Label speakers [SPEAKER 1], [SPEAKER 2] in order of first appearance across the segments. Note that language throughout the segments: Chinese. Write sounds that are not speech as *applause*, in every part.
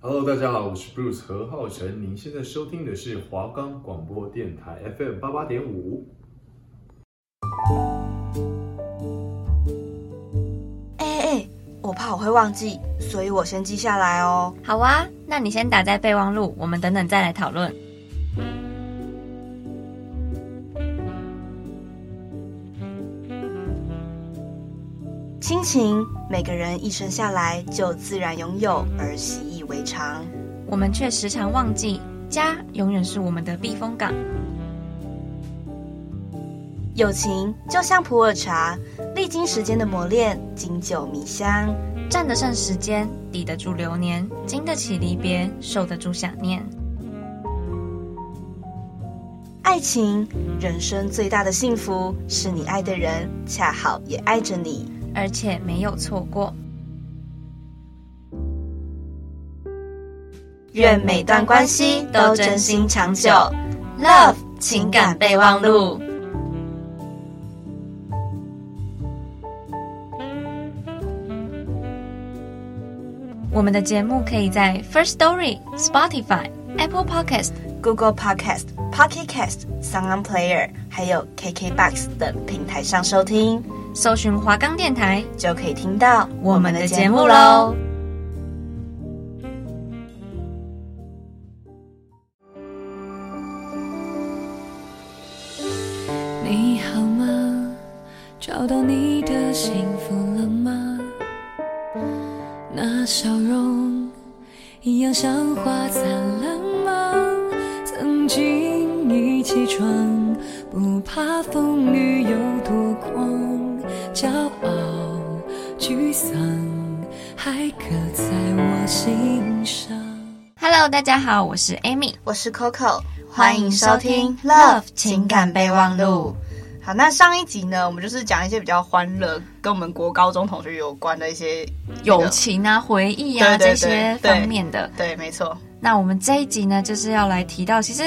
[SPEAKER 1] Hello，大家好，我是 Bruce 何浩晨，您现在收听的是华冈广播电台 FM 八八点五。
[SPEAKER 2] 哎哎，我怕我会忘记，所以我先记下来哦。
[SPEAKER 3] 好啊，那你先打在备忘录，我们等等再来讨论。
[SPEAKER 2] 亲情，每个人一生下来就自然拥有，而习以为常。
[SPEAKER 3] 我们却时常忘记，家永远是我们的避风港。
[SPEAKER 2] 友情就像普洱茶，历经时间的磨练，经久弥香。
[SPEAKER 3] 站得胜时间，抵得住流年，经得起离别，受得住想念。
[SPEAKER 2] 爱情，人生最大的幸福是你爱的人恰好也爱着你。
[SPEAKER 3] 而且没有错过。
[SPEAKER 2] 愿每段关系都真心长久。Love 情感备忘录。
[SPEAKER 3] 我们的节目可以在 First Story、Spotify、Apple Podcast、
[SPEAKER 2] Google Podcast、Pocket Cast、Sound On Player，还有 KKBox 等平台上收听，
[SPEAKER 3] 搜寻华冈电台，
[SPEAKER 2] 就可以听到
[SPEAKER 3] 我们的节目
[SPEAKER 2] 喽
[SPEAKER 3] 喽。。
[SPEAKER 4] 你好吗？找到你的幸福了吗？那笑容一样像花灿烂吗？曾经一起闯，不怕风雨有多狂，骄傲沮丧还刻在我心上。
[SPEAKER 3] Hello，大家好，我是 Amy。
[SPEAKER 2] 我是 Coco，欢迎收听 Love 情感备忘录。好，那上一集呢，我们就是讲一些比较欢乐，跟我们国高中同学有关的一些
[SPEAKER 3] 友情啊、回忆啊
[SPEAKER 2] 对对对
[SPEAKER 3] 这些方面的。
[SPEAKER 2] 对，没错，
[SPEAKER 3] 那我们这一集呢，就是要来提到，其实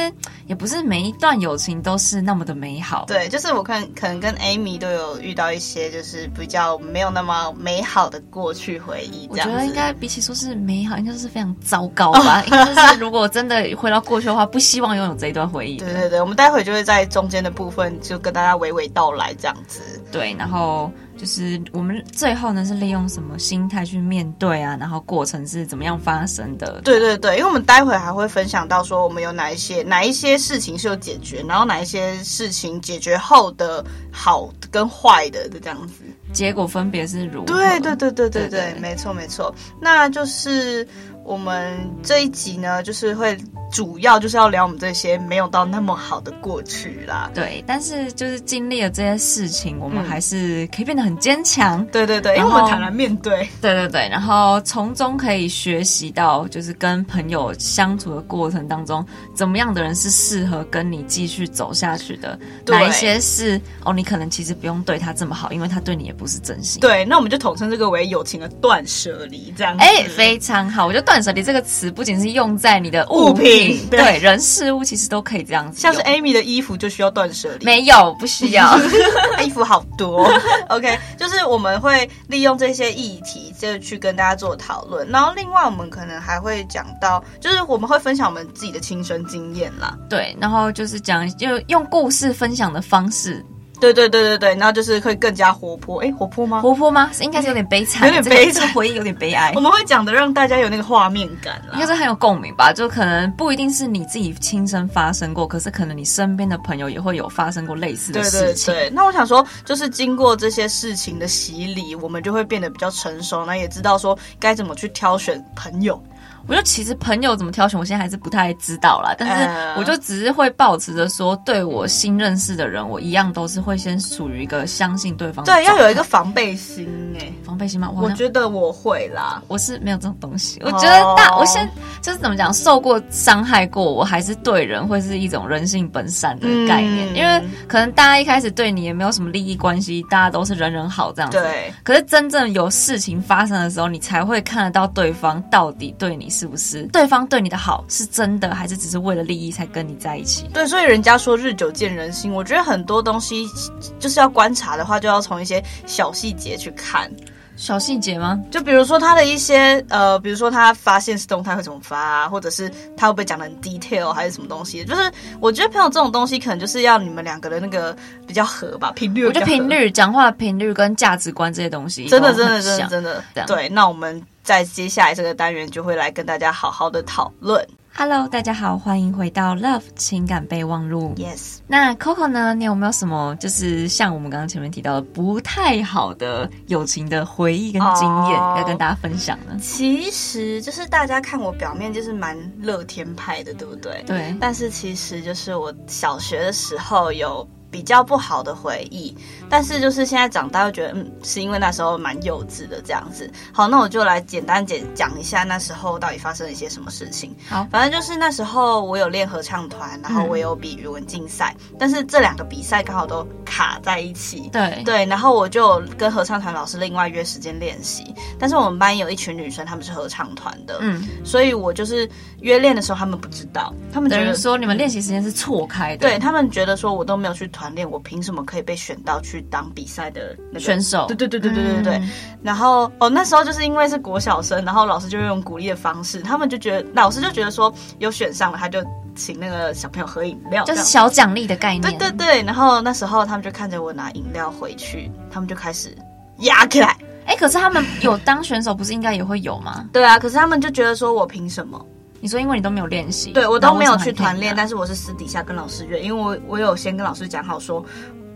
[SPEAKER 3] 也不是每一段友情都是那么的美好。
[SPEAKER 2] 对，就是我看可能跟 Amy 都有遇到一些就是比较没有那么美好的过去回忆，
[SPEAKER 3] 我
[SPEAKER 2] 这
[SPEAKER 3] 觉
[SPEAKER 2] 样
[SPEAKER 3] 得
[SPEAKER 2] 子哦
[SPEAKER 3] 应该比起说是美好，应该是非常糟糕吧。应该就是如果真的回到过去的话，不希望拥有这一段回忆的。
[SPEAKER 2] 对对对，我们待会就会在中间的部分就跟大家娓娓道来这样子。
[SPEAKER 3] 对，然后就是我们最后呢是利用什么心态去面对啊，然后过程是怎么样发生的？
[SPEAKER 2] 对对对，因为我们待会还会分享到说我们有哪一些哪一些事情是有解决，然后哪一些事情解决后的好跟坏的这样子。
[SPEAKER 3] 结果分别是如何？
[SPEAKER 2] 对对对对对
[SPEAKER 3] 对对
[SPEAKER 2] 对，没错没错。那就是我们这一集呢，就是会主要就是要聊我们这些没有到那么好的过去啦。
[SPEAKER 3] 对，但是就是经历了这些事情，我们
[SPEAKER 2] 嗯
[SPEAKER 3] 还是可以变得很坚强。
[SPEAKER 2] 对对对，因为
[SPEAKER 3] 然
[SPEAKER 2] 我
[SPEAKER 3] 后
[SPEAKER 2] 们坦然面对。
[SPEAKER 3] 对对对，然后从中可以学习到，就是跟朋友相处的过程当中，怎么样的人是适合跟你继续走下去的，
[SPEAKER 2] 对
[SPEAKER 3] 哪一些是哦，你可能其实不用对他这么好，因为他对你也不是真心。，
[SPEAKER 2] 对，那我们就统称这个为友情的断舍离，这样子。
[SPEAKER 3] 哎，非常好，我觉得断舍离这个词不仅是用在你的
[SPEAKER 2] 物
[SPEAKER 3] 物品，
[SPEAKER 2] 品 *laughs* 对
[SPEAKER 3] 对人事物其实都可以这样子
[SPEAKER 2] 像
[SPEAKER 3] 用，
[SPEAKER 2] 是哎 Amy 的衣服就需要断舍离，
[SPEAKER 3] 没有不需
[SPEAKER 2] *laughs*
[SPEAKER 3] 要。
[SPEAKER 2] 衣服好多。OK，就是我们会利用这些议题，就去跟大家做讨论。然后另外，我们可能还会讲到，就是我们会分享我们自己的亲身经验啦。
[SPEAKER 3] 对，然后就是讲，就用故事分享的方式，
[SPEAKER 2] 对对对对对，然后就是会更加活泼。诶，活泼吗？
[SPEAKER 3] 活泼吗？应该是有点悲惨，
[SPEAKER 2] 有点
[SPEAKER 3] 这个
[SPEAKER 2] 悲惨
[SPEAKER 3] 这个回忆有点悲哀
[SPEAKER 2] 我。们会讲的让大家有那个画面感
[SPEAKER 3] 应该
[SPEAKER 2] 啦。
[SPEAKER 3] 是很有共鸣吧，就可能不一定是你自己亲身发生过，可是可能你身边的朋友也会有发生过类似
[SPEAKER 2] 对
[SPEAKER 3] 的
[SPEAKER 2] 对
[SPEAKER 3] 事情。
[SPEAKER 2] 对，那我想说，就是经过这些事情的洗礼，我们就会变得比较成熟，那也知道说该怎么去挑选朋友。
[SPEAKER 3] 我觉得其实朋友怎么挑选，我现在还是不太知道啦，但
[SPEAKER 2] 呃
[SPEAKER 3] 是我就只是会保持着说，对我新认识的人，我一样都是会先属于一个相信对方的
[SPEAKER 2] 对，要有一
[SPEAKER 3] 状态
[SPEAKER 2] 个防备心诶，
[SPEAKER 3] 防备心吗？我
[SPEAKER 2] 我
[SPEAKER 3] 好像
[SPEAKER 2] 觉得我会啦。
[SPEAKER 3] 我是没有这种东西，
[SPEAKER 2] 哦
[SPEAKER 3] 我觉得大，我现就是怎么讲，受过伤害过，我还是对人会是一种人性本善的概念，
[SPEAKER 2] 嗯
[SPEAKER 3] 因为可能大家一开始对你也没有什么利益关系，大家都是人人好这样子。
[SPEAKER 2] 对。
[SPEAKER 3] 可是真正有事情发生的时候，你才会看得到对方到底对你是不是，对方对你的好是真的，还是只是为了利益才跟你在一起？
[SPEAKER 2] 对，所以人家说日久见人心，我觉得很多东西就是要观察的话，就要从一些小细节去看。
[SPEAKER 3] 小细节吗？
[SPEAKER 2] 就比如说他的一些呃，比如说他发现是动态会怎么发、啊，或者是他会不会讲的很 detail 还是什么东西？就是我觉得朋友这种东西，可能就是要你们两个的那个比较合吧，频率。
[SPEAKER 3] 我觉得频。率、讲话的频率跟价值观这些东西，
[SPEAKER 2] 真的，真的，真的，真的
[SPEAKER 3] 这，样
[SPEAKER 2] 对。那我们在接下来这个单元就会来跟大家好好的讨论。
[SPEAKER 3] Hello，大家好，欢迎回到 Love 情感备忘录。
[SPEAKER 2] Yes，
[SPEAKER 3] 那 Coco 呢？你有没有什么就是像我们刚刚前面提到的不太好的友情的回忆跟经验、
[SPEAKER 2] 哦
[SPEAKER 3] 要跟大家分享呢？
[SPEAKER 2] 其实就是大家看我表面就是蛮乐天派的，对不对？
[SPEAKER 3] 对，
[SPEAKER 2] 但是其实就是我小学的时候有比较不好的回忆，但是就是现在长大又觉得，嗯，是因为那时候蛮幼稚的这样子。好，那我就来简单简讲一下那时候到底发生了一些什么事情。
[SPEAKER 3] 好
[SPEAKER 2] 反正就是那时候我有练合唱团，然后
[SPEAKER 3] 嗯
[SPEAKER 2] 我有比语文竞赛，但是这两个比赛刚好都卡在一起。
[SPEAKER 3] 对
[SPEAKER 2] 对，然后我就跟合唱团老师另外约时间练习，但是我们班有一群女生，她们是合唱团的，
[SPEAKER 3] 嗯，
[SPEAKER 2] 所以我就是约练的时候，她们不知道，她们觉
[SPEAKER 3] 等于
[SPEAKER 2] 得
[SPEAKER 3] 说你们练习时间是错开的，
[SPEAKER 2] 对他们觉得说我都没有去团练，我凭什么可以被选到去当比赛的那个
[SPEAKER 3] 选？手，
[SPEAKER 2] 对对对对对对对。
[SPEAKER 3] 嗯
[SPEAKER 2] 然后哦，那时候就是因为是国小生，然后老师就用鼓励的方式，他们就觉得老师就觉得说有选上了，他就请那个小朋友喝饮料，
[SPEAKER 3] 就是
[SPEAKER 2] 这样
[SPEAKER 3] 小奖励的概念，
[SPEAKER 2] 对对对。然后那时候他们就看着我拿饮料回去，他们就开始压起
[SPEAKER 3] *laughs*
[SPEAKER 2] 来。
[SPEAKER 3] 哎、可是他们有当选手，不是应该也会有吗？
[SPEAKER 2] 对啊，可是他们就觉得说我凭什么？
[SPEAKER 3] 你说因为你都没有练习，
[SPEAKER 2] 对我都没有去团练，
[SPEAKER 3] 然后
[SPEAKER 2] 但是我是私底下跟老师约，因为我我有先跟老师讲好说，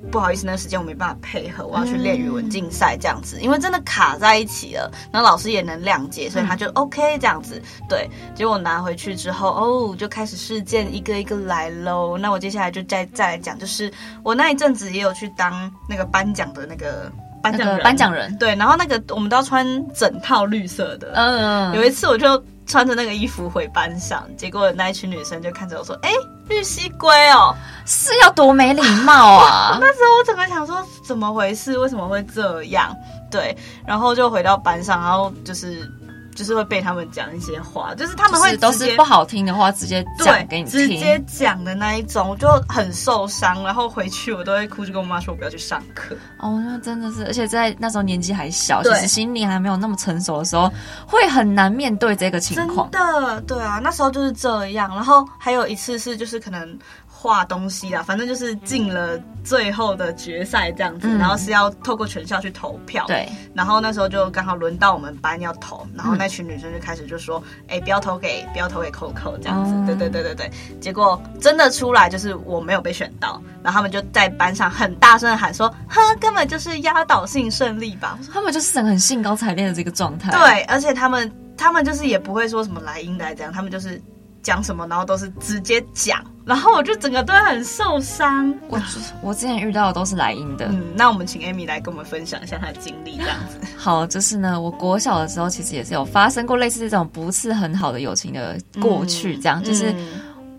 [SPEAKER 2] 不好意思，那个时间我没办法配合，我要去练语
[SPEAKER 3] 嗯
[SPEAKER 2] 文竞赛这样子，因为真的卡在一起了，然后老师也能谅解，所以他
[SPEAKER 3] 嗯
[SPEAKER 2] 就 OK 这样子。对，结果拿回去之后，哦，就开始事件一个一个来喽。那我接下来就再再来讲，就是我那一阵子也有去当那个颁奖的那个颁
[SPEAKER 3] 那
[SPEAKER 2] 奖
[SPEAKER 3] 个
[SPEAKER 2] 人
[SPEAKER 3] 颁。奖人，
[SPEAKER 2] 对，然后那个我们都要穿整套绿色的，
[SPEAKER 3] 嗯，
[SPEAKER 2] 有一次我就穿着那个衣服回班上，结果那一群女生就看着我说：“哎、绿西龟哦！”
[SPEAKER 3] 是要多没礼貌啊！
[SPEAKER 2] 那时候我整个想说怎么回事，为什么会这样？对，然后就回到班上，然后就是就是会被他们讲一些话，就是 *laughs* 他们
[SPEAKER 3] 就
[SPEAKER 2] 会
[SPEAKER 3] 是都
[SPEAKER 2] 直
[SPEAKER 3] 是
[SPEAKER 2] 接
[SPEAKER 3] 不好听的话，直接讲给
[SPEAKER 2] 对
[SPEAKER 3] 你
[SPEAKER 2] 直
[SPEAKER 3] 听，
[SPEAKER 2] 接讲的那一种，我就很受伤，然后回去我都会哭着跟我妈说我不要去上课。
[SPEAKER 3] 哦，那真的是，而且在那时候年纪还小，其
[SPEAKER 2] 对
[SPEAKER 3] 实心理还没有那么成熟的时候，会很难面对这个情况。
[SPEAKER 2] 真的，对啊，那时候就是这样。然后还有一次是就是可能画东西啦，反正就是进了最后的决赛这样子，
[SPEAKER 3] 嗯
[SPEAKER 2] 然后是要透过全校去投票。。
[SPEAKER 3] 对，
[SPEAKER 2] 然后那时候就刚好轮到我们班要投，然后那群女生就开始就说：“哎、不要投给不要投给 Coco 这样子。
[SPEAKER 3] 哦
[SPEAKER 2] 对对对对对。结果真的出来就是我没有被选到，然后他们就在班上很大声的喊说：“哼，根本就是压倒性胜利吧！”我说
[SPEAKER 3] 他们就是很兴高采烈的这个状态。，
[SPEAKER 2] 对，而且他们他们就是也不会说什么来应来这样，他们就是讲什么，然后都是直接讲，然后我就整个都很受伤。
[SPEAKER 3] 我我之前遇到的都是莱茵的。
[SPEAKER 2] 嗯，那我们请 Amy 来跟我们分享一下她的经历，这样子。
[SPEAKER 3] 好，就是呢，我国小的时候其实也是有发生过类似这种不是很好的友情的过去，
[SPEAKER 2] 嗯
[SPEAKER 3] 这样、就是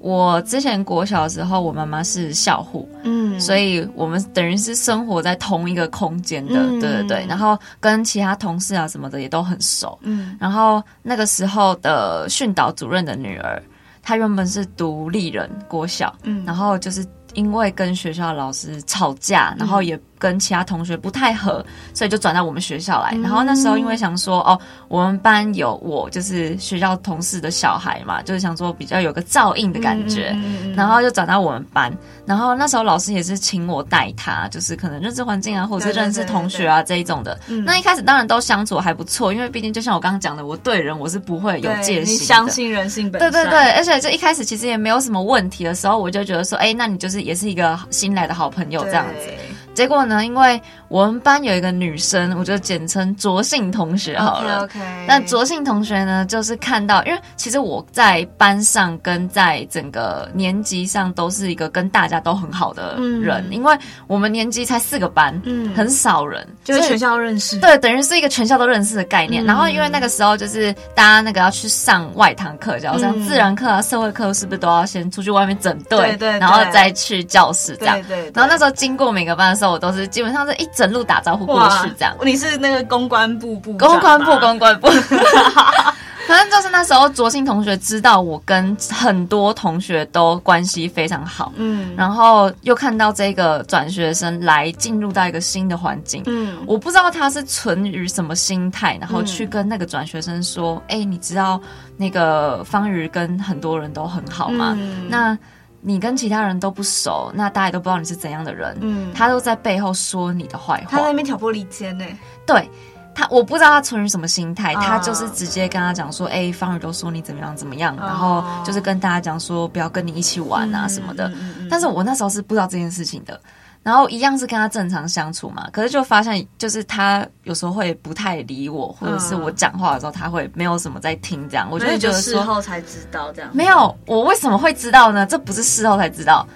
[SPEAKER 3] 我之前国小的时候，我妈妈是校护，
[SPEAKER 2] 嗯
[SPEAKER 3] 所
[SPEAKER 2] 以
[SPEAKER 3] 以我们等于是生活在同一个空间的，
[SPEAKER 2] 嗯
[SPEAKER 3] 对对对，然后跟其他同事啊什么的也都很熟，
[SPEAKER 2] 嗯
[SPEAKER 3] 然后那个时候的训导主任的女儿，她原本是独立人国小，
[SPEAKER 2] 嗯
[SPEAKER 3] 然后就是因为跟学校老师吵架，
[SPEAKER 2] 嗯
[SPEAKER 3] 然后也跟其他同学不太合，所以就转到我们学校来。然后那时候因
[SPEAKER 2] 嗯
[SPEAKER 3] 为想说，哦，我们班有我就是学校同事的小孩嘛，就是想说比较有个照应的感觉。
[SPEAKER 2] 嗯嗯嗯
[SPEAKER 3] 然后就转到我们班，然后那时候老师也是请我带他，就是可能认识环境啊，或者是
[SPEAKER 2] 对对
[SPEAKER 3] 认识同学啊这一种的。
[SPEAKER 2] 嗯
[SPEAKER 3] 那一开始当然都相处还不错，因为毕竟就像我刚刚讲的，我对人我是不会有
[SPEAKER 2] 对
[SPEAKER 3] 戒
[SPEAKER 2] 你
[SPEAKER 3] 心的。
[SPEAKER 2] 相信人性本
[SPEAKER 3] 对
[SPEAKER 2] 善，
[SPEAKER 3] 对对，而且这一开始其实也没有什么问题的时候，我就觉得说，哎，那你就是也是一个新来的好朋友
[SPEAKER 2] 对
[SPEAKER 3] 这样子。结果呢，因为我们班有一个女生，我就简称卓信同学好了。
[SPEAKER 2] OK，
[SPEAKER 3] 那卓信同学呢，就是看到，因为其实我在班上跟在整个年级上都是一个跟大家都很好的人，
[SPEAKER 2] 嗯
[SPEAKER 3] 因为我们年级才四个班，
[SPEAKER 2] 嗯
[SPEAKER 3] 很少人，
[SPEAKER 2] 就是
[SPEAKER 3] 所以
[SPEAKER 2] 全校认识，
[SPEAKER 3] 对，等于是一个全校都认识的概念。
[SPEAKER 2] 嗯
[SPEAKER 3] 然后因为那个时候就是大家那个要去上外堂课，然后像
[SPEAKER 2] 嗯
[SPEAKER 3] 自然课啊、社会课，是不是都要先出去外面整队，
[SPEAKER 2] 对对对
[SPEAKER 3] 然后再去教室这样。
[SPEAKER 2] 对对。
[SPEAKER 3] 然后那
[SPEAKER 2] 时
[SPEAKER 3] 时候经过每个班的时候，我都是基本上是一整路打招呼过去这样。
[SPEAKER 2] 你是那个公关部部 *laughs*
[SPEAKER 3] 公关部，
[SPEAKER 2] 长吗
[SPEAKER 3] 公关部。可能就是那时候卓信同学知道我跟很多同学都关系非常好，
[SPEAKER 2] 嗯
[SPEAKER 3] 然后又看到这个转学生来进入到一个新的环境，
[SPEAKER 2] 嗯，
[SPEAKER 3] 我不知道他是存于什么心态，然后去跟那个转学生说：“哎、你知道那个方瑜跟很多人都很好吗？
[SPEAKER 2] 嗯
[SPEAKER 3] 那你跟其他人都不熟，那大家也都不知道你是怎样的人，
[SPEAKER 2] 嗯
[SPEAKER 3] 他都在背后说你的坏
[SPEAKER 2] 他在
[SPEAKER 3] 话
[SPEAKER 2] 那。边挑拨离间欸呢，
[SPEAKER 3] 对他，我不知道他存于什么心态，
[SPEAKER 2] 啊
[SPEAKER 3] 他就是直接跟他讲说：“哎、方瑜都说你怎么样怎么样，然后就是跟大家讲说不要跟你一起玩啊什么的。
[SPEAKER 2] 嗯嗯
[SPEAKER 3] 但是我那时候是不知道这件事情的，然后一样是跟他正常相处嘛，可是就发现就是他有时候会不太理我，或者是我讲话的时候他会没有什么在听这样，我就
[SPEAKER 2] 所
[SPEAKER 3] 会
[SPEAKER 2] 以
[SPEAKER 3] 觉
[SPEAKER 2] 就
[SPEAKER 3] 得
[SPEAKER 2] 事
[SPEAKER 3] 说
[SPEAKER 2] 后才知道这样。
[SPEAKER 3] 没有，我为什么会知道呢？这不是事后才知道，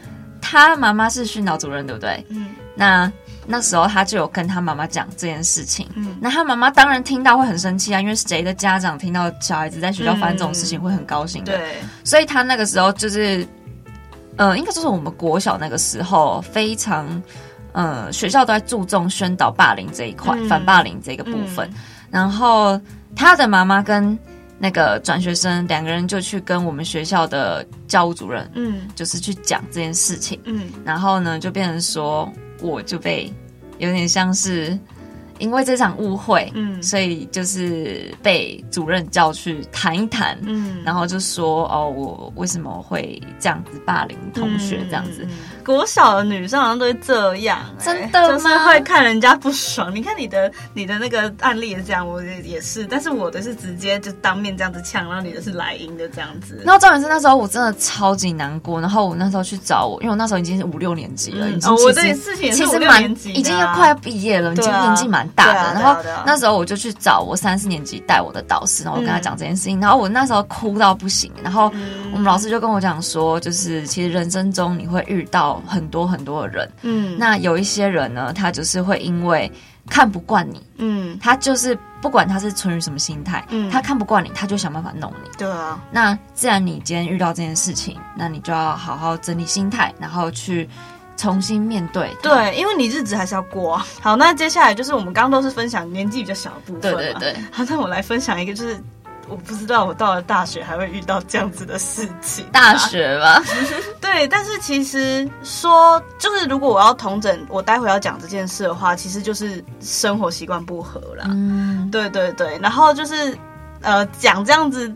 [SPEAKER 3] 他妈妈是训导主任，对不对？
[SPEAKER 2] 嗯
[SPEAKER 3] 那那时候他就有跟他妈妈讲这件事情。
[SPEAKER 2] 嗯
[SPEAKER 3] 那他妈妈当然听到会很生气啊，因为谁的家长听到小孩子在学校发生这种事情会很高兴的。
[SPEAKER 2] 嗯对，
[SPEAKER 3] 所以他那个时候就是，呃，应该就是我们国小那个时候非常，呃，学校都在注重宣导霸凌这一块，
[SPEAKER 2] 嗯
[SPEAKER 3] 反霸凌这个部分。然后他的妈妈跟那个转学生两个人就去跟我们学校的教务主任，
[SPEAKER 2] 嗯
[SPEAKER 3] 就是去讲这件事情。
[SPEAKER 2] 嗯
[SPEAKER 3] 然后呢，就变成说我就被有点像是因为这场误会，
[SPEAKER 2] 嗯
[SPEAKER 3] 所以就是被主任叫去谈一谈，
[SPEAKER 2] 嗯
[SPEAKER 3] 然后就说哦，我为什么会这样子霸凌同学这样子？
[SPEAKER 2] 嗯嗯嗯国小的女生好像都会这样、欸
[SPEAKER 3] 真的
[SPEAKER 2] 就
[SPEAKER 3] 吗
[SPEAKER 2] 是会看人家不爽。你看你的你的那个案例也是这样，我也也是，但是我的是直接就当面这样子呛，然后你的是来阴的这样子。
[SPEAKER 3] 然后重点是那时候我真的超级难过，然后我那时候去找我，因为我那时候已经是五六年级了，
[SPEAKER 2] 嗯
[SPEAKER 3] 已经
[SPEAKER 2] 哦
[SPEAKER 3] 其实、
[SPEAKER 2] 我这也事情也是
[SPEAKER 3] 其
[SPEAKER 2] 五
[SPEAKER 3] 实
[SPEAKER 2] 六
[SPEAKER 3] 蛮
[SPEAKER 2] 年级的啊
[SPEAKER 3] 已经要快要毕业了，已
[SPEAKER 2] 对
[SPEAKER 3] 经
[SPEAKER 2] 啊
[SPEAKER 3] 年纪蛮大的。
[SPEAKER 2] 对啊
[SPEAKER 3] 然后
[SPEAKER 2] 对啊对嗯啊
[SPEAKER 3] 那时候我就去找我三四年级带我的导师，然后我跟他讲这件事情，然后我那时候哭到不行，然后
[SPEAKER 2] 嗯
[SPEAKER 3] 我们老师就跟我讲说，就是其实人生中你会遇到很多很多的人，
[SPEAKER 2] 嗯
[SPEAKER 3] 那有一些人呢，他就是会因为看不惯你，
[SPEAKER 2] 嗯，
[SPEAKER 3] 他就是不管他是存于什么心态，
[SPEAKER 2] 嗯
[SPEAKER 3] 他看不惯你，他就想办法弄你。
[SPEAKER 2] 对啊，
[SPEAKER 3] 那既然你今天遇到这件事情，那你就要好好整理心态，然后去重新面对它。
[SPEAKER 2] 对，因为你日子还是要过啊。好，那接下来就是我们刚刚都是分享年纪比较小的部分
[SPEAKER 3] 对
[SPEAKER 2] 嘛
[SPEAKER 3] 对对，
[SPEAKER 2] 好，那我来分享一个，就是我不知道我到了大学还会遇到这样子的事情。 *laughs*
[SPEAKER 3] 大学吧，
[SPEAKER 2] 对，但是其实说，就是如果我要同整，我待会要讲这件事的话，其实就是生活习惯不合啦。
[SPEAKER 3] 嗯，
[SPEAKER 2] 对对对，然后就是呃，讲这样子，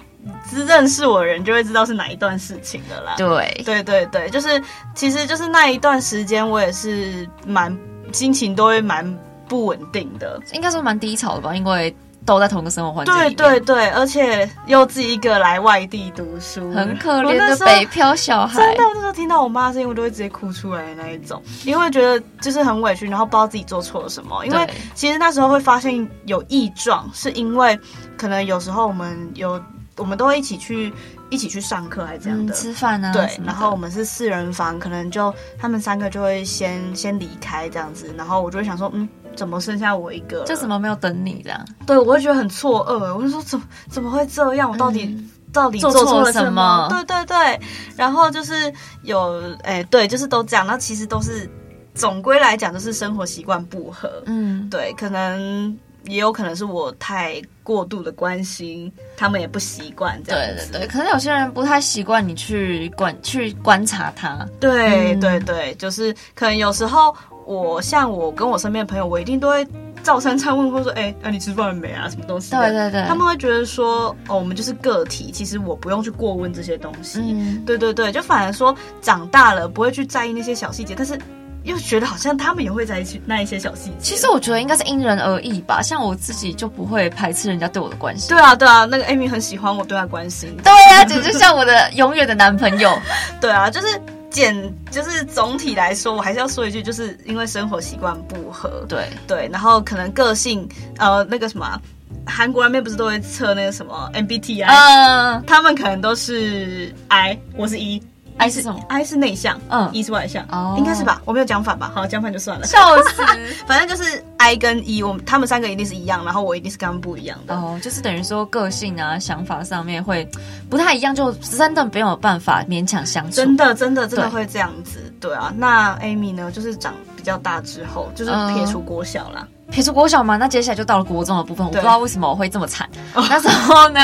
[SPEAKER 2] 只认识我的人就会知道是哪一段事情的啦。
[SPEAKER 3] 对，
[SPEAKER 2] 对对对，就是其实就是那一段时间，我也是蛮心情都会蛮不稳定的。
[SPEAKER 3] 应该说蛮低潮的吧，因为都在同一个生活环境里
[SPEAKER 2] 对
[SPEAKER 3] 面
[SPEAKER 2] 对对，而且又自己一个来外地读书，
[SPEAKER 3] 很可
[SPEAKER 2] 我
[SPEAKER 3] 怜
[SPEAKER 2] 那
[SPEAKER 3] 的
[SPEAKER 2] 时候
[SPEAKER 3] 北漂小孩
[SPEAKER 2] 真。的，我那时候听到我妈的声音，我都会直接哭出来的那一种，因为觉得就是很委屈，然后不知道自己做错了什么。因为
[SPEAKER 3] 对
[SPEAKER 2] 其实那时候会发现有异状，是因为可能有时候我们有我们都会一起去一起去上课，还这样
[SPEAKER 3] 嗯，
[SPEAKER 2] 的。
[SPEAKER 3] 吃饭啊，
[SPEAKER 2] 对
[SPEAKER 3] 什，么的
[SPEAKER 2] 然后我们是四人房，可能就他们三个就会先先离开这样子，然后我就会想说，嗯，怎么剩下我一个？
[SPEAKER 3] 就怎？么没有等你这样？
[SPEAKER 2] 对，我会觉得很错愕，我就说怎么怎么会这样？我到底、
[SPEAKER 3] 嗯
[SPEAKER 2] 到底
[SPEAKER 3] 做
[SPEAKER 2] 做
[SPEAKER 3] 错
[SPEAKER 2] 错
[SPEAKER 3] 了
[SPEAKER 2] 了
[SPEAKER 3] 什
[SPEAKER 2] 什
[SPEAKER 3] 么
[SPEAKER 2] 么？对对对，然后就是有哎，对，就是都这样。那其实都是总归来讲，就是生活习惯不合。
[SPEAKER 3] 嗯，
[SPEAKER 2] 对，可能也有可能是我太过度的关心，他们也不习惯这
[SPEAKER 3] 对
[SPEAKER 2] 样
[SPEAKER 3] 对
[SPEAKER 2] 子。
[SPEAKER 3] 对，可能有些人不太习惯你去观去观察他，
[SPEAKER 2] 对
[SPEAKER 3] 嗯
[SPEAKER 2] 对对，就是可能有时候我像我跟我身边的朋友，我一定都会照三餐问，或者说，哎、那、你吃饭了没啊？什么东西的？
[SPEAKER 3] 对对对
[SPEAKER 2] 他们会觉得说，哦，我们就是个体，其实我不用去过问这些东西。
[SPEAKER 3] 嗯
[SPEAKER 2] 对对对，就反而说长大了不会去在意那些小细节，但是又觉得好像他们也会在意去那一些小细节。
[SPEAKER 3] 其实我觉得应该是因人而异吧，像我自己就不会排斥人家对我的关心。
[SPEAKER 2] 对啊对啊，那个 Amy 很喜欢我对她关心。
[SPEAKER 3] 对呀、这就像我的永远的男
[SPEAKER 2] *laughs*
[SPEAKER 3] 朋友。
[SPEAKER 2] 对啊，就是简，就是总体来说，我还是要说一句，就是因为生活习惯不合，
[SPEAKER 3] 对，
[SPEAKER 2] 对，然后可能个性，呃，那个什么啊，韩国那边不是都会测那个什么 MBTI，、
[SPEAKER 3] 嗯，
[SPEAKER 2] 他们可能都是 I，我是 E。
[SPEAKER 3] I 是什么
[SPEAKER 2] ？I 是内向，
[SPEAKER 3] 嗯
[SPEAKER 2] 嗯，E 是外向，
[SPEAKER 3] 哦
[SPEAKER 2] 应该是吧？我没有讲反吧？好，讲反就算了。
[SPEAKER 3] 笑死。 *laughs*
[SPEAKER 2] 反正就是 I 跟 E，我们他们三个一定是一样，然后我一定是跟他们不一样的。
[SPEAKER 3] 哦，就是等于说个性啊、想法上面会不太一样，就真的没有办法勉强相处。
[SPEAKER 2] 真的，真的，真的
[SPEAKER 3] 对
[SPEAKER 2] 会这样子，对啊。那 Amy 呢？就是长比较大之后，就是
[SPEAKER 3] 嗯
[SPEAKER 2] 撇除国小啦，
[SPEAKER 3] 撇除国小嘛，那接下来就到了国中的部分，我不
[SPEAKER 2] 对哦
[SPEAKER 3] 知道为什么我会这么惨。 *laughs* 那时候呢，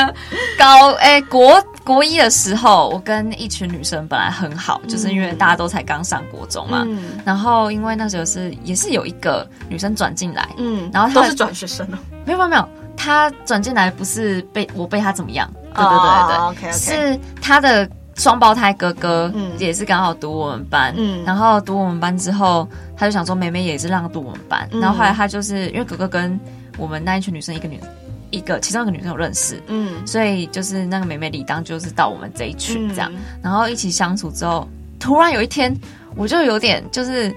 [SPEAKER 3] 高哎、国国一的时候，我跟一群女生本来很好，就是因为大家都才刚上国中嘛。
[SPEAKER 2] 嗯
[SPEAKER 3] 然后因为那时候是也是有一个女生转进来，
[SPEAKER 2] 嗯，
[SPEAKER 3] 然后他
[SPEAKER 2] 都是转学生哦，
[SPEAKER 3] 没有没有没有，她转进来不是被我被她怎么样，对对对对
[SPEAKER 2] 对
[SPEAKER 3] 对，
[SPEAKER 2] o k 哦 OK，
[SPEAKER 3] 是他的双胞胎哥哥，
[SPEAKER 2] 嗯
[SPEAKER 3] 也是刚好读我们班，
[SPEAKER 2] 嗯
[SPEAKER 3] 然后读我们班之后，他就想说妹妹也是让读我们班，
[SPEAKER 2] 嗯
[SPEAKER 3] 然后后来他就是因为哥哥跟我们那一群女生一个女一个其中一个女生有认识。
[SPEAKER 2] 嗯
[SPEAKER 3] 所以就是那个妹妹理当就是到我们这一群这样，
[SPEAKER 2] 嗯
[SPEAKER 3] 然后一起相处之后，突然有一天我就有点就是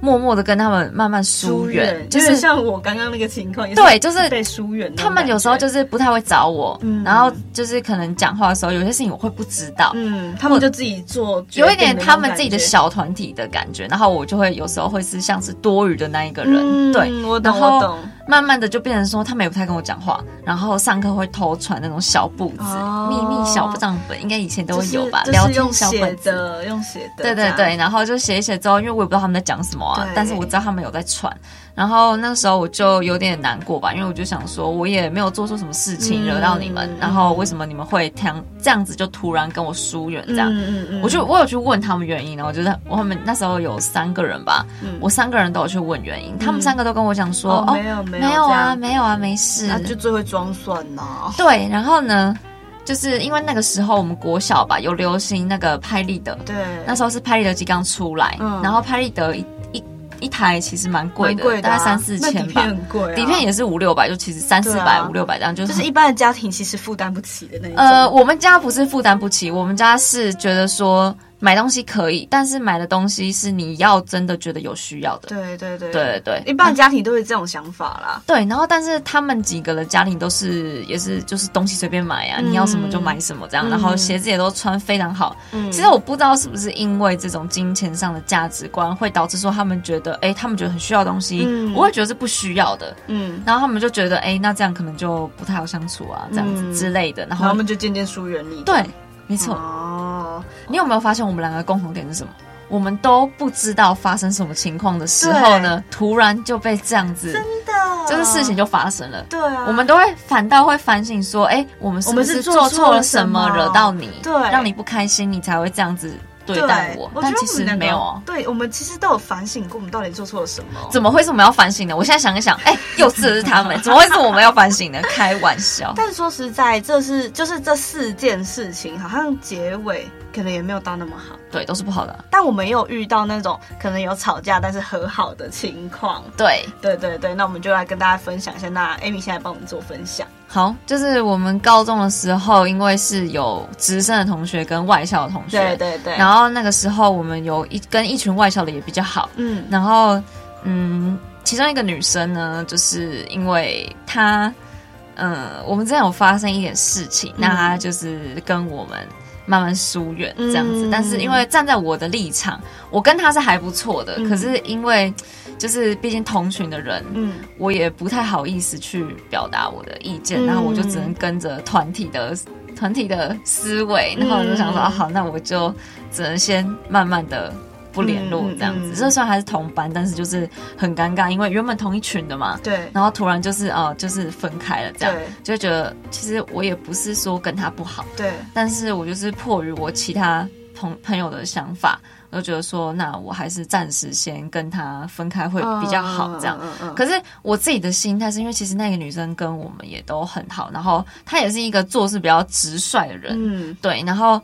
[SPEAKER 3] 默默的跟他们慢慢疏远，就
[SPEAKER 2] 有点
[SPEAKER 3] 是
[SPEAKER 2] 像我刚刚那个情况，也
[SPEAKER 3] 对就是
[SPEAKER 2] 被疏远那种感觉。
[SPEAKER 3] 他们有时候就是是不太会找我，
[SPEAKER 2] 嗯
[SPEAKER 3] 然后就是可能讲话的时候有些事情我会不知道，
[SPEAKER 2] 嗯，他们就自己做决定
[SPEAKER 3] 有
[SPEAKER 2] 的那种感觉，
[SPEAKER 3] 一点他们自己的小团体的感觉，然后我就会有时候会是像是多余的那一个人，
[SPEAKER 2] 嗯
[SPEAKER 3] 对，
[SPEAKER 2] 我懂
[SPEAKER 3] 然后
[SPEAKER 2] 我懂，
[SPEAKER 3] 慢慢的就变成说他们也不太跟我讲话，然后上课会偷传那种小簿子、
[SPEAKER 2] 哦
[SPEAKER 3] 秘密小账本，应该以前都会有吧，
[SPEAKER 2] 就是
[SPEAKER 3] 聊
[SPEAKER 2] 就是
[SPEAKER 3] 天
[SPEAKER 2] 用
[SPEAKER 3] 小
[SPEAKER 2] 写
[SPEAKER 3] 本子。
[SPEAKER 2] 的，用写的，
[SPEAKER 3] 对对
[SPEAKER 2] 这样，
[SPEAKER 3] 对，然后就写一写之后，因为我也不知道他们在讲什么啊
[SPEAKER 2] 对，
[SPEAKER 3] 但是我知道他们有在传，然后那个时候我就有点难过吧，因为我就想说，我也没有做错什么事情
[SPEAKER 2] 嗯
[SPEAKER 3] 惹到你们，
[SPEAKER 2] 嗯
[SPEAKER 3] 然后为什么你们会这样这样子就突然跟我疏远这样？
[SPEAKER 2] 嗯嗯嗯，
[SPEAKER 3] 我就我有去问他们原因，然后我觉得我们那时候有三个人吧，
[SPEAKER 2] 嗯
[SPEAKER 3] 我三个人都有去问原因，他们三个都跟我讲说，
[SPEAKER 2] 哦
[SPEAKER 3] 哦，
[SPEAKER 2] 没有没有
[SPEAKER 3] 没有
[SPEAKER 2] 这
[SPEAKER 3] 啊，
[SPEAKER 2] 样
[SPEAKER 3] 没有啊，没事。
[SPEAKER 2] 他就最会装蒜呐，
[SPEAKER 3] 对，然后呢，就是因为那个时候我们国小吧有流行那个拍立得，
[SPEAKER 2] 对，
[SPEAKER 3] 那时候是拍立得机刚出来，
[SPEAKER 2] 嗯
[SPEAKER 3] 然后拍立得一一一台其实蛮贵
[SPEAKER 2] 蛮
[SPEAKER 3] 的，
[SPEAKER 2] 贵的
[SPEAKER 3] 大
[SPEAKER 2] 啊，
[SPEAKER 3] 概三四
[SPEAKER 2] 那
[SPEAKER 3] 千
[SPEAKER 2] 底
[SPEAKER 3] 吧
[SPEAKER 2] 片。很贵啊，
[SPEAKER 3] 底片也是五六百，就其实三四
[SPEAKER 2] 对
[SPEAKER 3] 百、
[SPEAKER 2] 啊
[SPEAKER 3] 五六百这样，就是
[SPEAKER 2] 就是一般的家庭其实负担不起的那一种，
[SPEAKER 3] 呃，我们家不是负担不起，我们家是觉得说买东西可以，但是买的东西是你要真的觉得有需要的。
[SPEAKER 2] 对对对
[SPEAKER 3] 对对
[SPEAKER 2] 一般的家庭都会这种想法啦。
[SPEAKER 3] 对，然后但是他们几个的家庭都是也是就是东西随便买啊，
[SPEAKER 2] 嗯
[SPEAKER 3] 你要什么就买什么这
[SPEAKER 2] 嗯
[SPEAKER 3] 样，然后鞋子也都穿非常好。
[SPEAKER 2] 嗯，
[SPEAKER 3] 其实我不知道是不是因为这种金钱上的价值观，会导致说他们觉得，哎，他们觉得很需要的东西，
[SPEAKER 2] 嗯
[SPEAKER 3] 我会觉得是不需要的，
[SPEAKER 2] 嗯，
[SPEAKER 3] 然后他们就觉得，哎，那这样可能就不太好相处啊，这样子
[SPEAKER 2] 嗯
[SPEAKER 3] 之类的。然
[SPEAKER 2] 然后
[SPEAKER 3] 后
[SPEAKER 2] 他们就渐渐疏远你。
[SPEAKER 3] 对，没错，
[SPEAKER 2] 哦，
[SPEAKER 3] 你有没有发现我们两个共同点是什么？我们都不知道发生什么情况的时候呢，突然就被这样子，
[SPEAKER 2] 真的，啊
[SPEAKER 3] 就是事情就发生了。
[SPEAKER 2] 对啊，
[SPEAKER 3] 我们都会反倒会反省说，哎、我们是不
[SPEAKER 2] 我们是
[SPEAKER 3] 做
[SPEAKER 2] 做
[SPEAKER 3] 错
[SPEAKER 2] 错
[SPEAKER 3] 了
[SPEAKER 2] 了
[SPEAKER 3] 什
[SPEAKER 2] 什么
[SPEAKER 3] 么惹到你，
[SPEAKER 2] 对
[SPEAKER 3] 让你不开心，你才会这样子对待我。
[SPEAKER 2] 我觉
[SPEAKER 3] 但
[SPEAKER 2] 得
[SPEAKER 3] 其
[SPEAKER 2] 我们
[SPEAKER 3] 实
[SPEAKER 2] 两个
[SPEAKER 3] 没有哦。
[SPEAKER 2] 对我们其实都有反省过，我们到底做错了什么？
[SPEAKER 3] 怎么会是我们要反省呢？我现在想一想，哎、幼稚的是
[SPEAKER 2] *laughs*
[SPEAKER 3] 他们，怎么会是我们要反省呢？开玩笑，
[SPEAKER 2] 但说实在，这是就是这四件事情，好像结尾可能也没有到那么好。
[SPEAKER 3] 对，都是不好的。啊
[SPEAKER 2] 但我们也有遇到那种可能有吵架，但是和好的情况。
[SPEAKER 3] 对，
[SPEAKER 2] 对对对，那我们就来跟大家分享一下。那 Amy 现在帮我们做分享。
[SPEAKER 3] 好，就是我们高中的时候，因为是有直升的同学跟外校的同学，
[SPEAKER 2] 对对对，
[SPEAKER 3] 然后那个时候我们有一跟一群外校的也比较好，
[SPEAKER 2] 嗯
[SPEAKER 3] 然后，嗯，其中一个女生呢，就是因为她，嗯，我们之前有发生一点事情，
[SPEAKER 2] 嗯
[SPEAKER 3] 那她就是跟我们慢慢疏远这样子。
[SPEAKER 2] 嗯
[SPEAKER 3] 但是因为站在我的立场，我跟她是还不错的，
[SPEAKER 2] 嗯
[SPEAKER 3] 可是因为就是毕竟同群的人，
[SPEAKER 2] 嗯，
[SPEAKER 3] 我也不太好意思去表达我的意见，
[SPEAKER 2] 嗯
[SPEAKER 3] 然后我就只能跟着团体的团体的思维，然后我就想说、
[SPEAKER 2] 嗯
[SPEAKER 3] 啊，好，那我就只能先慢慢的不联络
[SPEAKER 2] 嗯嗯
[SPEAKER 3] 这样子。
[SPEAKER 2] 嗯
[SPEAKER 3] 这虽然还是同班，但是就是很尴尬，因为原本同一群的嘛，
[SPEAKER 2] 对
[SPEAKER 3] 然后突然就是哦、呃就是分开了这样，
[SPEAKER 2] 对
[SPEAKER 3] 就会觉得其实我也不是说跟他不好，
[SPEAKER 2] 对，
[SPEAKER 3] 但是我就是迫于我其他朋朋友的想法，我就觉得说，那我还是暂时先跟他分开会比较好这样。
[SPEAKER 2] 嗯嗯嗯嗯
[SPEAKER 3] 可是我自己的心态是因为其实那个女生跟我们也都很好，然后她也是一个做事比较直率的人，
[SPEAKER 2] 嗯
[SPEAKER 3] 对，然后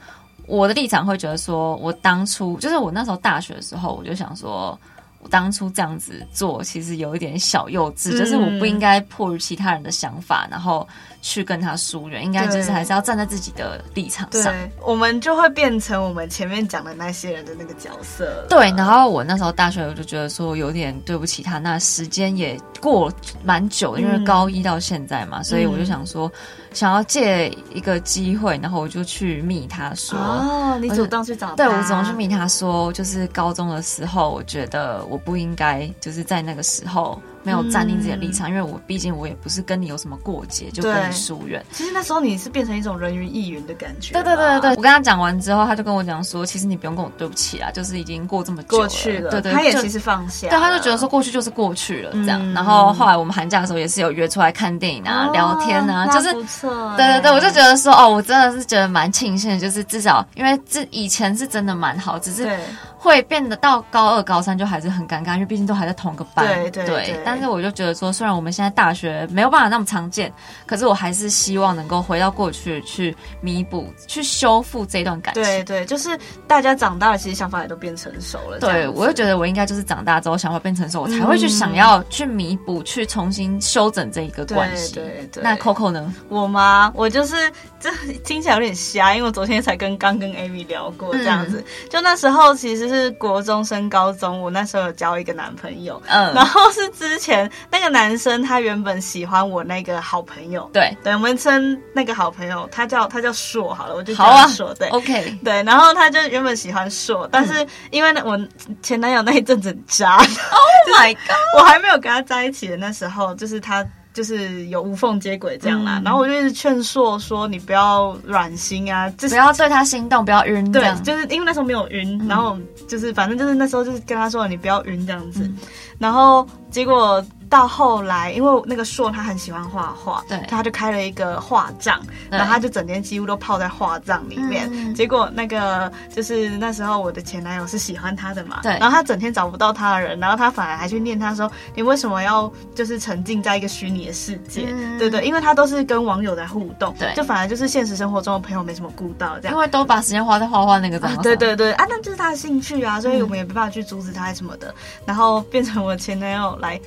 [SPEAKER 3] 我的立场会觉得说，我当初就是我那时候大学的时候，我就想说。我当初这样子做，其实有一点小幼稚，
[SPEAKER 2] 嗯
[SPEAKER 3] 就是我不应该迫于其他人的想法，然后去跟他疏远，应该就是还是要站在自己的立场上。
[SPEAKER 2] 对，我们就会变成我们前面讲的那些人的那个角色了。
[SPEAKER 3] 对，然后我那时候大学我就觉得说有点对不起他，那时间也过蛮久的，因为
[SPEAKER 2] 嗯
[SPEAKER 3] 高一到现在嘛，所以我就想说，想要借一个机会，然后我就去密他说。
[SPEAKER 2] 哦，你
[SPEAKER 3] 我
[SPEAKER 2] 主
[SPEAKER 3] 啊就
[SPEAKER 2] 动去找他，
[SPEAKER 3] 呃对，我总是密他说，就是高中的时候，我觉得我不应该，就是在那个时候，没有站定自己的立场，因为我毕竟我也不是跟你有什么过节，就跟
[SPEAKER 2] 对
[SPEAKER 3] 你疏远。
[SPEAKER 2] 其实那时候你是变成一种人云亦云的感觉吧。
[SPEAKER 3] 对对对对，我跟他讲完之后，他就跟我讲说，其实你不用跟我对不起啦，啊就是已经过这么久
[SPEAKER 2] 过去了，
[SPEAKER 3] 对对，
[SPEAKER 2] 他也
[SPEAKER 3] 就
[SPEAKER 2] 其实放下了，
[SPEAKER 3] 对，他就觉得说过去就是过去了这样。
[SPEAKER 2] 嗯
[SPEAKER 3] 然后后来我们寒假的时候也是有约出来看电影啊、
[SPEAKER 2] 哦
[SPEAKER 3] 聊天啊，
[SPEAKER 2] 那
[SPEAKER 3] 就是
[SPEAKER 2] 不错欸
[SPEAKER 3] 对对对，我就觉得说哦，我真的是觉得蛮庆幸的，就是至少因为这以前是真的蛮好，只是
[SPEAKER 2] 对
[SPEAKER 3] 会变得到高二、高三就还是很尴尬，因为毕竟都还在同个班。
[SPEAKER 2] 对对对
[SPEAKER 3] 但是我就觉得说，虽然我们现在大学没有办法那么常见，可是我还是希望能够回到过去去弥补、去修复这段感情。
[SPEAKER 2] 对对，就是大家长大了，其实想法也都变成熟了。这
[SPEAKER 3] 对，
[SPEAKER 2] 样子
[SPEAKER 3] 我就觉得我应该就是长大之后想法变成熟，我才会去想要去弥补、去重新修整这一个关系。
[SPEAKER 2] 对对对
[SPEAKER 3] 那 Coco 呢？
[SPEAKER 2] 我吗？我就是这听起来有点瞎，因为我昨天才跟刚跟 Amy 聊
[SPEAKER 3] 嗯
[SPEAKER 2] 过这样子。就那时候其实是国中升高中，我那时候有交一个男朋友，
[SPEAKER 3] *laughs* 嗯
[SPEAKER 2] 然，后是之前那个男生他原本喜欢我那个好朋友，
[SPEAKER 3] 对
[SPEAKER 2] 对，我们称那个好朋友，他叫他叫硕好了，我就叫
[SPEAKER 3] 好啊
[SPEAKER 2] 他硕、对。
[SPEAKER 3] *laughs* ，OK，
[SPEAKER 2] 对，然后他就原本喜欢硕，但是因为呢我前男友那一阵子很渣， *laughs*
[SPEAKER 3] Oh my God，
[SPEAKER 2] 我还没有跟他在一起的那时候，就是他就是有无缝接轨这样啦。
[SPEAKER 3] 嗯
[SPEAKER 2] 然后我就一直劝硕说你不要软心啊，就
[SPEAKER 3] 不
[SPEAKER 2] 是。
[SPEAKER 3] 要对他心动，不要晕，这
[SPEAKER 2] 对，
[SPEAKER 3] 样嗯
[SPEAKER 2] 就是因为那时候没有晕，然后就是反正就是那时候就是跟他说你不要晕这样
[SPEAKER 3] 嗯
[SPEAKER 2] 子，然后结果到后来，因为那个硕他很喜欢画画，
[SPEAKER 3] 对
[SPEAKER 2] 他就开了一个画帐，
[SPEAKER 3] 对
[SPEAKER 2] 然后他就整天几乎都泡在画帐里面。
[SPEAKER 3] 嗯
[SPEAKER 2] 结果那个就是那时候我的前男友是喜欢他的嘛，
[SPEAKER 3] 对
[SPEAKER 2] 然后他整天找不到他的人，然后他反而还去念他说你为什么要就是沉浸在一个虚拟的世界？
[SPEAKER 3] 嗯
[SPEAKER 2] 对对，因为他都是跟网友在互动，
[SPEAKER 3] 对
[SPEAKER 2] 就反而就是现实生活中的朋友没什么顾到这样
[SPEAKER 3] 因。为都把时间花在画画那个上、
[SPEAKER 2] 对对对啊，那就是他的兴趣啊，所以我们也没办法去阻止他什么的。
[SPEAKER 3] 嗯
[SPEAKER 2] 然后变成我前男友来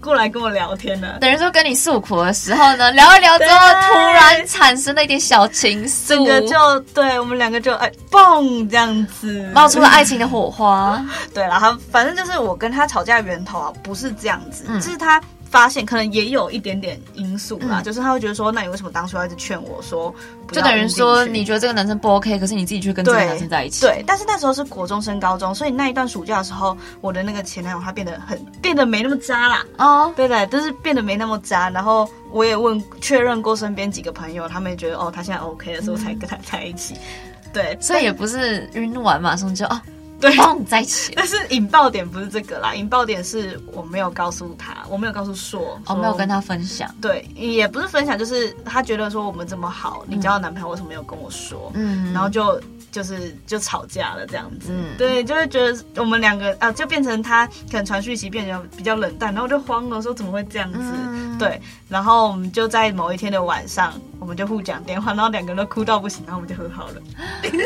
[SPEAKER 2] 过来跟我聊天了，
[SPEAKER 3] 等于说跟你诉苦的时候呢，聊一聊之后，
[SPEAKER 2] 对
[SPEAKER 3] 突然产生了一点小情愫
[SPEAKER 2] 整，个就对我们两个就哎蹦这样子
[SPEAKER 3] *laughs* 冒出了爱情的火花。 *laughs*
[SPEAKER 2] 对啦，他反正就是我跟他吵架的源头啊，不是这样子，
[SPEAKER 3] 嗯
[SPEAKER 2] 就是他发现可能也有一点点因素啦，
[SPEAKER 3] 嗯
[SPEAKER 2] 就是他会觉得说，那你为什么当初要一直劝我说不
[SPEAKER 3] 就
[SPEAKER 2] 要
[SPEAKER 3] 等于说，
[SPEAKER 2] 晕进去
[SPEAKER 3] 你觉得这个男生不 OK，可是你自己却跟这个男生在一起。
[SPEAKER 2] 对，但是那时候是国中升高中，所以那一段暑假的时候，我的那个前男友他变得很变得没那么渣啦，
[SPEAKER 3] 哦，
[SPEAKER 2] 对的，就是变得没那么渣。然后我也问确认过身边几个朋友，他们也觉得哦，他现在 OK 了，所以我才跟他在一起。
[SPEAKER 3] 嗯
[SPEAKER 2] 对，
[SPEAKER 3] 所以也不是晕完马上就哦，
[SPEAKER 2] 对
[SPEAKER 3] 哦，在一起了。
[SPEAKER 2] 但是引爆点不是这个啦，引爆点是我没有告诉他，我没有告诉硕，
[SPEAKER 3] 哦，
[SPEAKER 2] 说
[SPEAKER 3] 没有跟。他分享。
[SPEAKER 2] 对，也不是分享，就是他觉得说我们这么好，你交到男朋友为什么没有跟我说？
[SPEAKER 3] 嗯，
[SPEAKER 2] 然后就就是就吵架了这样子。
[SPEAKER 3] 嗯
[SPEAKER 2] 对，就会觉得我们两个啊，就变成他可能传讯息变得比较冷淡，然后我就慌了，说怎么会这样子？
[SPEAKER 3] 嗯
[SPEAKER 2] 对，然后我们就在某一天的晚上，我们就互讲电话，然后两个人都哭到不行，然后我们就和好了。
[SPEAKER 3] 嗯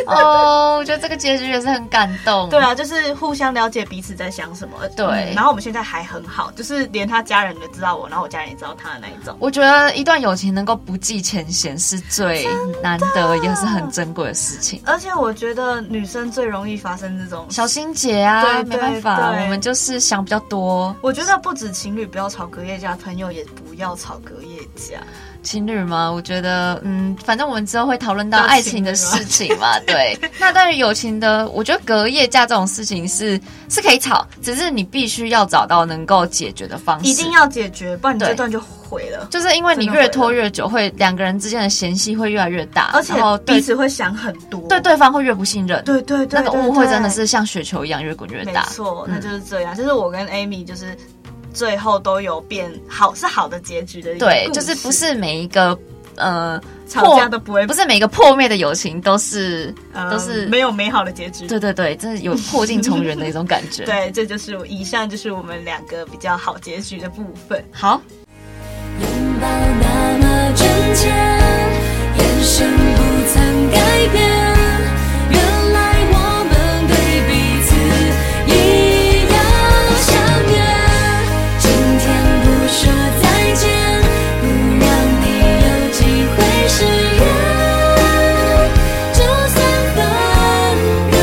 [SPEAKER 3] 哦，
[SPEAKER 2] *laughs*
[SPEAKER 3] 我觉得这个结局也是很感动。
[SPEAKER 2] 对，啊，就是互相了解彼此在想什么。
[SPEAKER 3] 对
[SPEAKER 2] 嗯然后我们现在还很好，就是连他家人都知道我，然后我家人也知道他的那一种。
[SPEAKER 3] 我觉得一段友情能够不计前嫌是最难得，也是很珍贵的事情。
[SPEAKER 2] 而且我觉得女生最容易发生这种
[SPEAKER 3] 小心姐啊，
[SPEAKER 2] 对
[SPEAKER 3] 没办法，
[SPEAKER 2] 对对
[SPEAKER 3] 我们就是想比较多。
[SPEAKER 2] 我觉得不止情侣不要吵隔夜架，朋友也不要吵隔夜架。
[SPEAKER 3] 情侣嘛，我觉得，嗯，反正我们之后会讨论到爱情的事
[SPEAKER 2] *laughs*
[SPEAKER 3] 情嘛，对。那关于友情的，我觉得隔夜架这种事情是是可以吵，只是你必须要找到能够解决的方式。
[SPEAKER 2] 一定，要解决，不然你
[SPEAKER 3] 对
[SPEAKER 2] 这段就毁了。
[SPEAKER 3] 就是因为你越拖越久，会两个人之间的嫌隙会越来越大，
[SPEAKER 2] 而且
[SPEAKER 3] 然后
[SPEAKER 2] 彼
[SPEAKER 3] 对
[SPEAKER 2] 此会想很多。
[SPEAKER 3] 对对方会越不信任，
[SPEAKER 2] 对对对，
[SPEAKER 3] 那个
[SPEAKER 2] 对
[SPEAKER 3] 误会
[SPEAKER 2] 对
[SPEAKER 3] 真的是像雪球一样越滚越
[SPEAKER 2] 没
[SPEAKER 3] 大。
[SPEAKER 2] 错，
[SPEAKER 3] 嗯
[SPEAKER 2] 那就是这样。就是我跟 Amy 就是最后都有变好，是好的结局的一个
[SPEAKER 3] 对，
[SPEAKER 2] 故
[SPEAKER 3] 就是
[SPEAKER 2] 事
[SPEAKER 3] 不是每一个呃
[SPEAKER 2] 吵架
[SPEAKER 3] 破
[SPEAKER 2] 都不会
[SPEAKER 3] 不是每个破灭的友情都是
[SPEAKER 2] 呃
[SPEAKER 3] 都是
[SPEAKER 2] 没有美好的结局。
[SPEAKER 3] 对对对，真的有破镜重圆的一种感
[SPEAKER 2] *laughs*
[SPEAKER 3] 觉。，
[SPEAKER 2] 对，这就是我以上就是我们两个比较好结局的部分。
[SPEAKER 3] 好，
[SPEAKER 4] 拥抱那么真切，眼神不曾改变。原来我们对彼此一样想念。今天不说再见，不让你有机会失约。就算分隔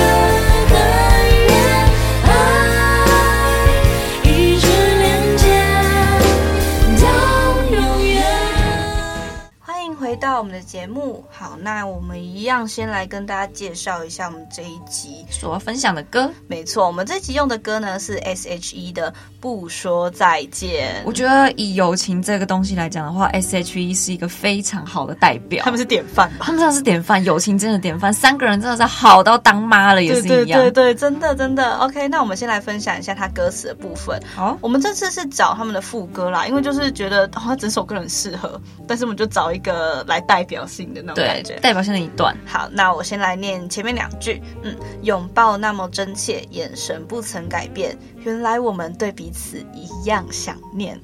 [SPEAKER 4] 很远，爱一直连接到永远。
[SPEAKER 2] 欢迎回到我们的节目，好好，那我们一样先来跟大家介绍一下我们这一集。
[SPEAKER 3] 所要分享的歌，
[SPEAKER 2] 没错，我们这集用的歌呢是 S.H.E 的《不说再见
[SPEAKER 3] 我》，觉得以友情这个东西来讲的话，S.H.E 是一个非常好的代表。
[SPEAKER 2] 他们是典范吧？
[SPEAKER 3] 他们真的是典范，友情真的典范，三个人真的是好到当妈了也是
[SPEAKER 2] 对
[SPEAKER 3] 一样。
[SPEAKER 2] 对对对，真的真的。OK，那我们先来分享一下它歌词的部分。
[SPEAKER 3] 好，
[SPEAKER 2] 我们这次是找他们的副歌啦，因为就是觉得哦，整首歌很适合，但是我们就找一个来代表性的那种
[SPEAKER 3] 对
[SPEAKER 2] 感觉，。
[SPEAKER 3] 代表性的一段。
[SPEAKER 2] 好，那我先来念前面两句。嗯，拥抱那么真切，眼神不曾改变，原来我们对彼此一样想念。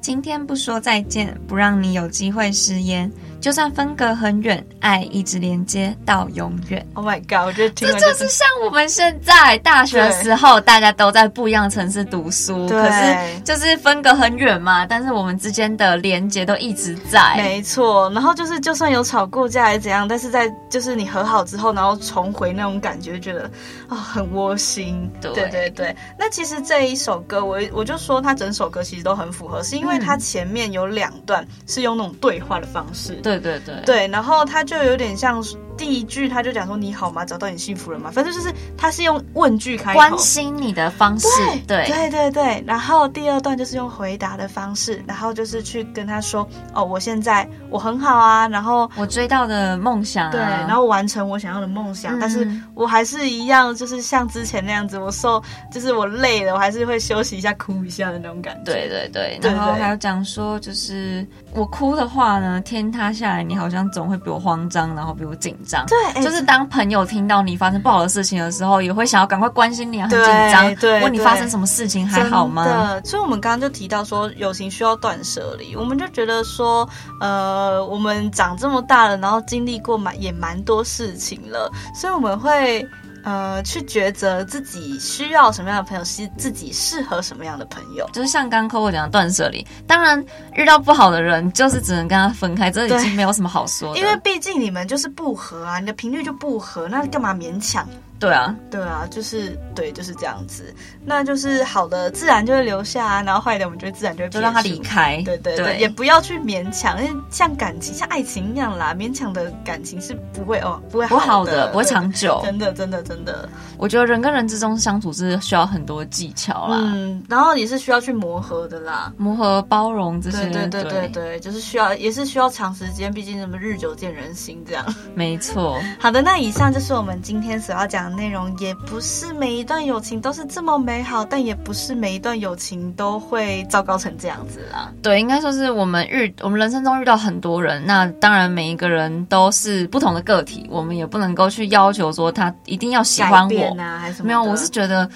[SPEAKER 3] 今天不说再见，不让你有机会失言。就算分隔很远，爱一直连接到永远。
[SPEAKER 2] Oh my god！我觉得听
[SPEAKER 3] 这
[SPEAKER 2] 了
[SPEAKER 3] 就是像我们现在大学的时候，大家都在不一样的城市读书，
[SPEAKER 2] 对
[SPEAKER 3] 可是就是分隔很远嘛，但是我们之间的连接都一直在。
[SPEAKER 2] 没错。然后就是，就算有吵过架还是怎样，但是在就是你和好之后，然后重回那种感觉，觉得啊、很窝心。
[SPEAKER 3] 对
[SPEAKER 2] 对对对那其实这一首歌，我我就说它整首歌其实都很符合，是因为它前面有两段是用那种对话的方式。
[SPEAKER 3] 对对对，
[SPEAKER 2] 对，然后他就有点像是第一句，他就讲说你好吗？找到你幸福了吗？反正就是他是用问句开头，
[SPEAKER 3] 关心你的方式，对
[SPEAKER 2] 对对对。然后第二段就是用回答的方式，然后就是去跟他说哦，我现在我很好啊，然后。
[SPEAKER 3] 我追到的梦想、啊，
[SPEAKER 2] 对，然后完成我想要的梦想，但是
[SPEAKER 3] 嗯
[SPEAKER 2] 我还是一样，就是像之前那样子，我受，就是我累了，我还是会休息一下、哭一下的那种感觉。
[SPEAKER 3] 对对对，
[SPEAKER 2] 对
[SPEAKER 3] 然后还有讲说，就是我哭的话呢，天塌下来，你好像总会比我慌张，然后比我紧张。
[SPEAKER 2] 对，哎
[SPEAKER 3] 就是当朋友听到你发生不好的事情的时候，也会想要赶快关心你啊，很
[SPEAKER 2] 对
[SPEAKER 3] 紧张，
[SPEAKER 2] 对
[SPEAKER 3] 问你发生什么事情还好
[SPEAKER 2] 真
[SPEAKER 3] 吗？
[SPEAKER 2] 的，所以我们刚刚就提到说，友情需要断舍离，我们就觉得说，呃，我们长这么大了，然后经历过蛮也蛮多事情了，所以我们会。呃，去抉择自己需要什么样的朋
[SPEAKER 3] 哦
[SPEAKER 2] 友，是自己适合什么样的朋友。
[SPEAKER 3] 就是像刚刚 Coco 讲的断舍离，当然遇到不好的人，就是只能跟他分开，这已
[SPEAKER 2] 对
[SPEAKER 3] 经没有什么好说的。
[SPEAKER 2] 因为毕竟你们就是不合啊，你的频率就不合，那干嘛勉强？
[SPEAKER 3] 对啊，
[SPEAKER 2] 对啊，就是对，就是这样子。那就是好的，自然就会留下、啊，然后坏的我们就会自然就会
[SPEAKER 3] 就让他
[SPEAKER 2] 撇
[SPEAKER 3] 离
[SPEAKER 2] 除
[SPEAKER 3] 开。
[SPEAKER 2] 对对对，也不要去勉强，因为像感情、像爱情一样啦，勉强的感情是不会哦，不会
[SPEAKER 3] 不好
[SPEAKER 2] 的，
[SPEAKER 3] 的，不会
[SPEAKER 2] 对
[SPEAKER 3] 长久。
[SPEAKER 2] 真的，真的，真的，
[SPEAKER 3] 我觉得人跟人之中相处是需要很多技巧啦。
[SPEAKER 2] 嗯，然后也是需要去磨合的啦。
[SPEAKER 3] 磨合、包容这些，
[SPEAKER 2] 对对对对对，就是需要，也是需要长时间，毕竟什么日久见人心这样。 *laughs*
[SPEAKER 3] 没错，
[SPEAKER 2] 好的，那以上就是我们今天所要讲的内容。也不是每一段友情都是这么美好，但也不是每一段友情都会糟糕成这样子啦。
[SPEAKER 3] 对，应该说是我们遇我们人生中遇到很多人，那当然每一个人都是不同的个体，我们也不能够去要求说他一定要喜欢
[SPEAKER 2] 改变
[SPEAKER 3] 我，
[SPEAKER 2] 啊，还是什么的？
[SPEAKER 3] 没有，我是觉得。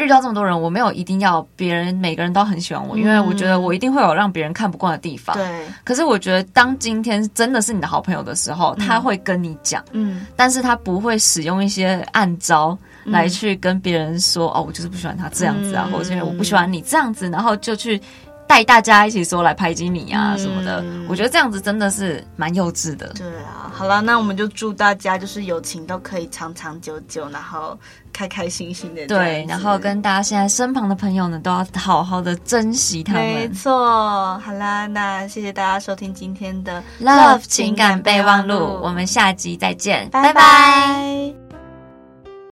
[SPEAKER 3] 遇到这么多人，我没有一定要别人每个人都很喜欢我，因为我觉得我一定会有让别人看不惯的地方。
[SPEAKER 2] 对，
[SPEAKER 3] 可是我觉得，当今天真的是你的好朋友的时候，他会跟你讲，
[SPEAKER 2] 嗯。
[SPEAKER 3] 但是他不会使用一些暗招来去跟别人说、哦，我就是不喜欢他这样子啊，
[SPEAKER 2] 嗯
[SPEAKER 3] 或者是我不喜欢你这样子，然后就去带大家一起说来排挤你啊
[SPEAKER 2] 嗯
[SPEAKER 3] 什么的。我觉得这样子真的是蛮幼稚的。
[SPEAKER 2] 对啊，好了，那我们就祝大家就是友情都可以长长久久，然后开开心心的这样子。
[SPEAKER 3] 对，然后跟大家现在身旁的朋友呢，都要好好的珍惜他
[SPEAKER 2] 没
[SPEAKER 3] 们。
[SPEAKER 2] 错，好啦，那谢谢大家收听今天的
[SPEAKER 3] Love 情感备忘录，我们下集再见，
[SPEAKER 2] 拜
[SPEAKER 3] 拜拜
[SPEAKER 2] 拜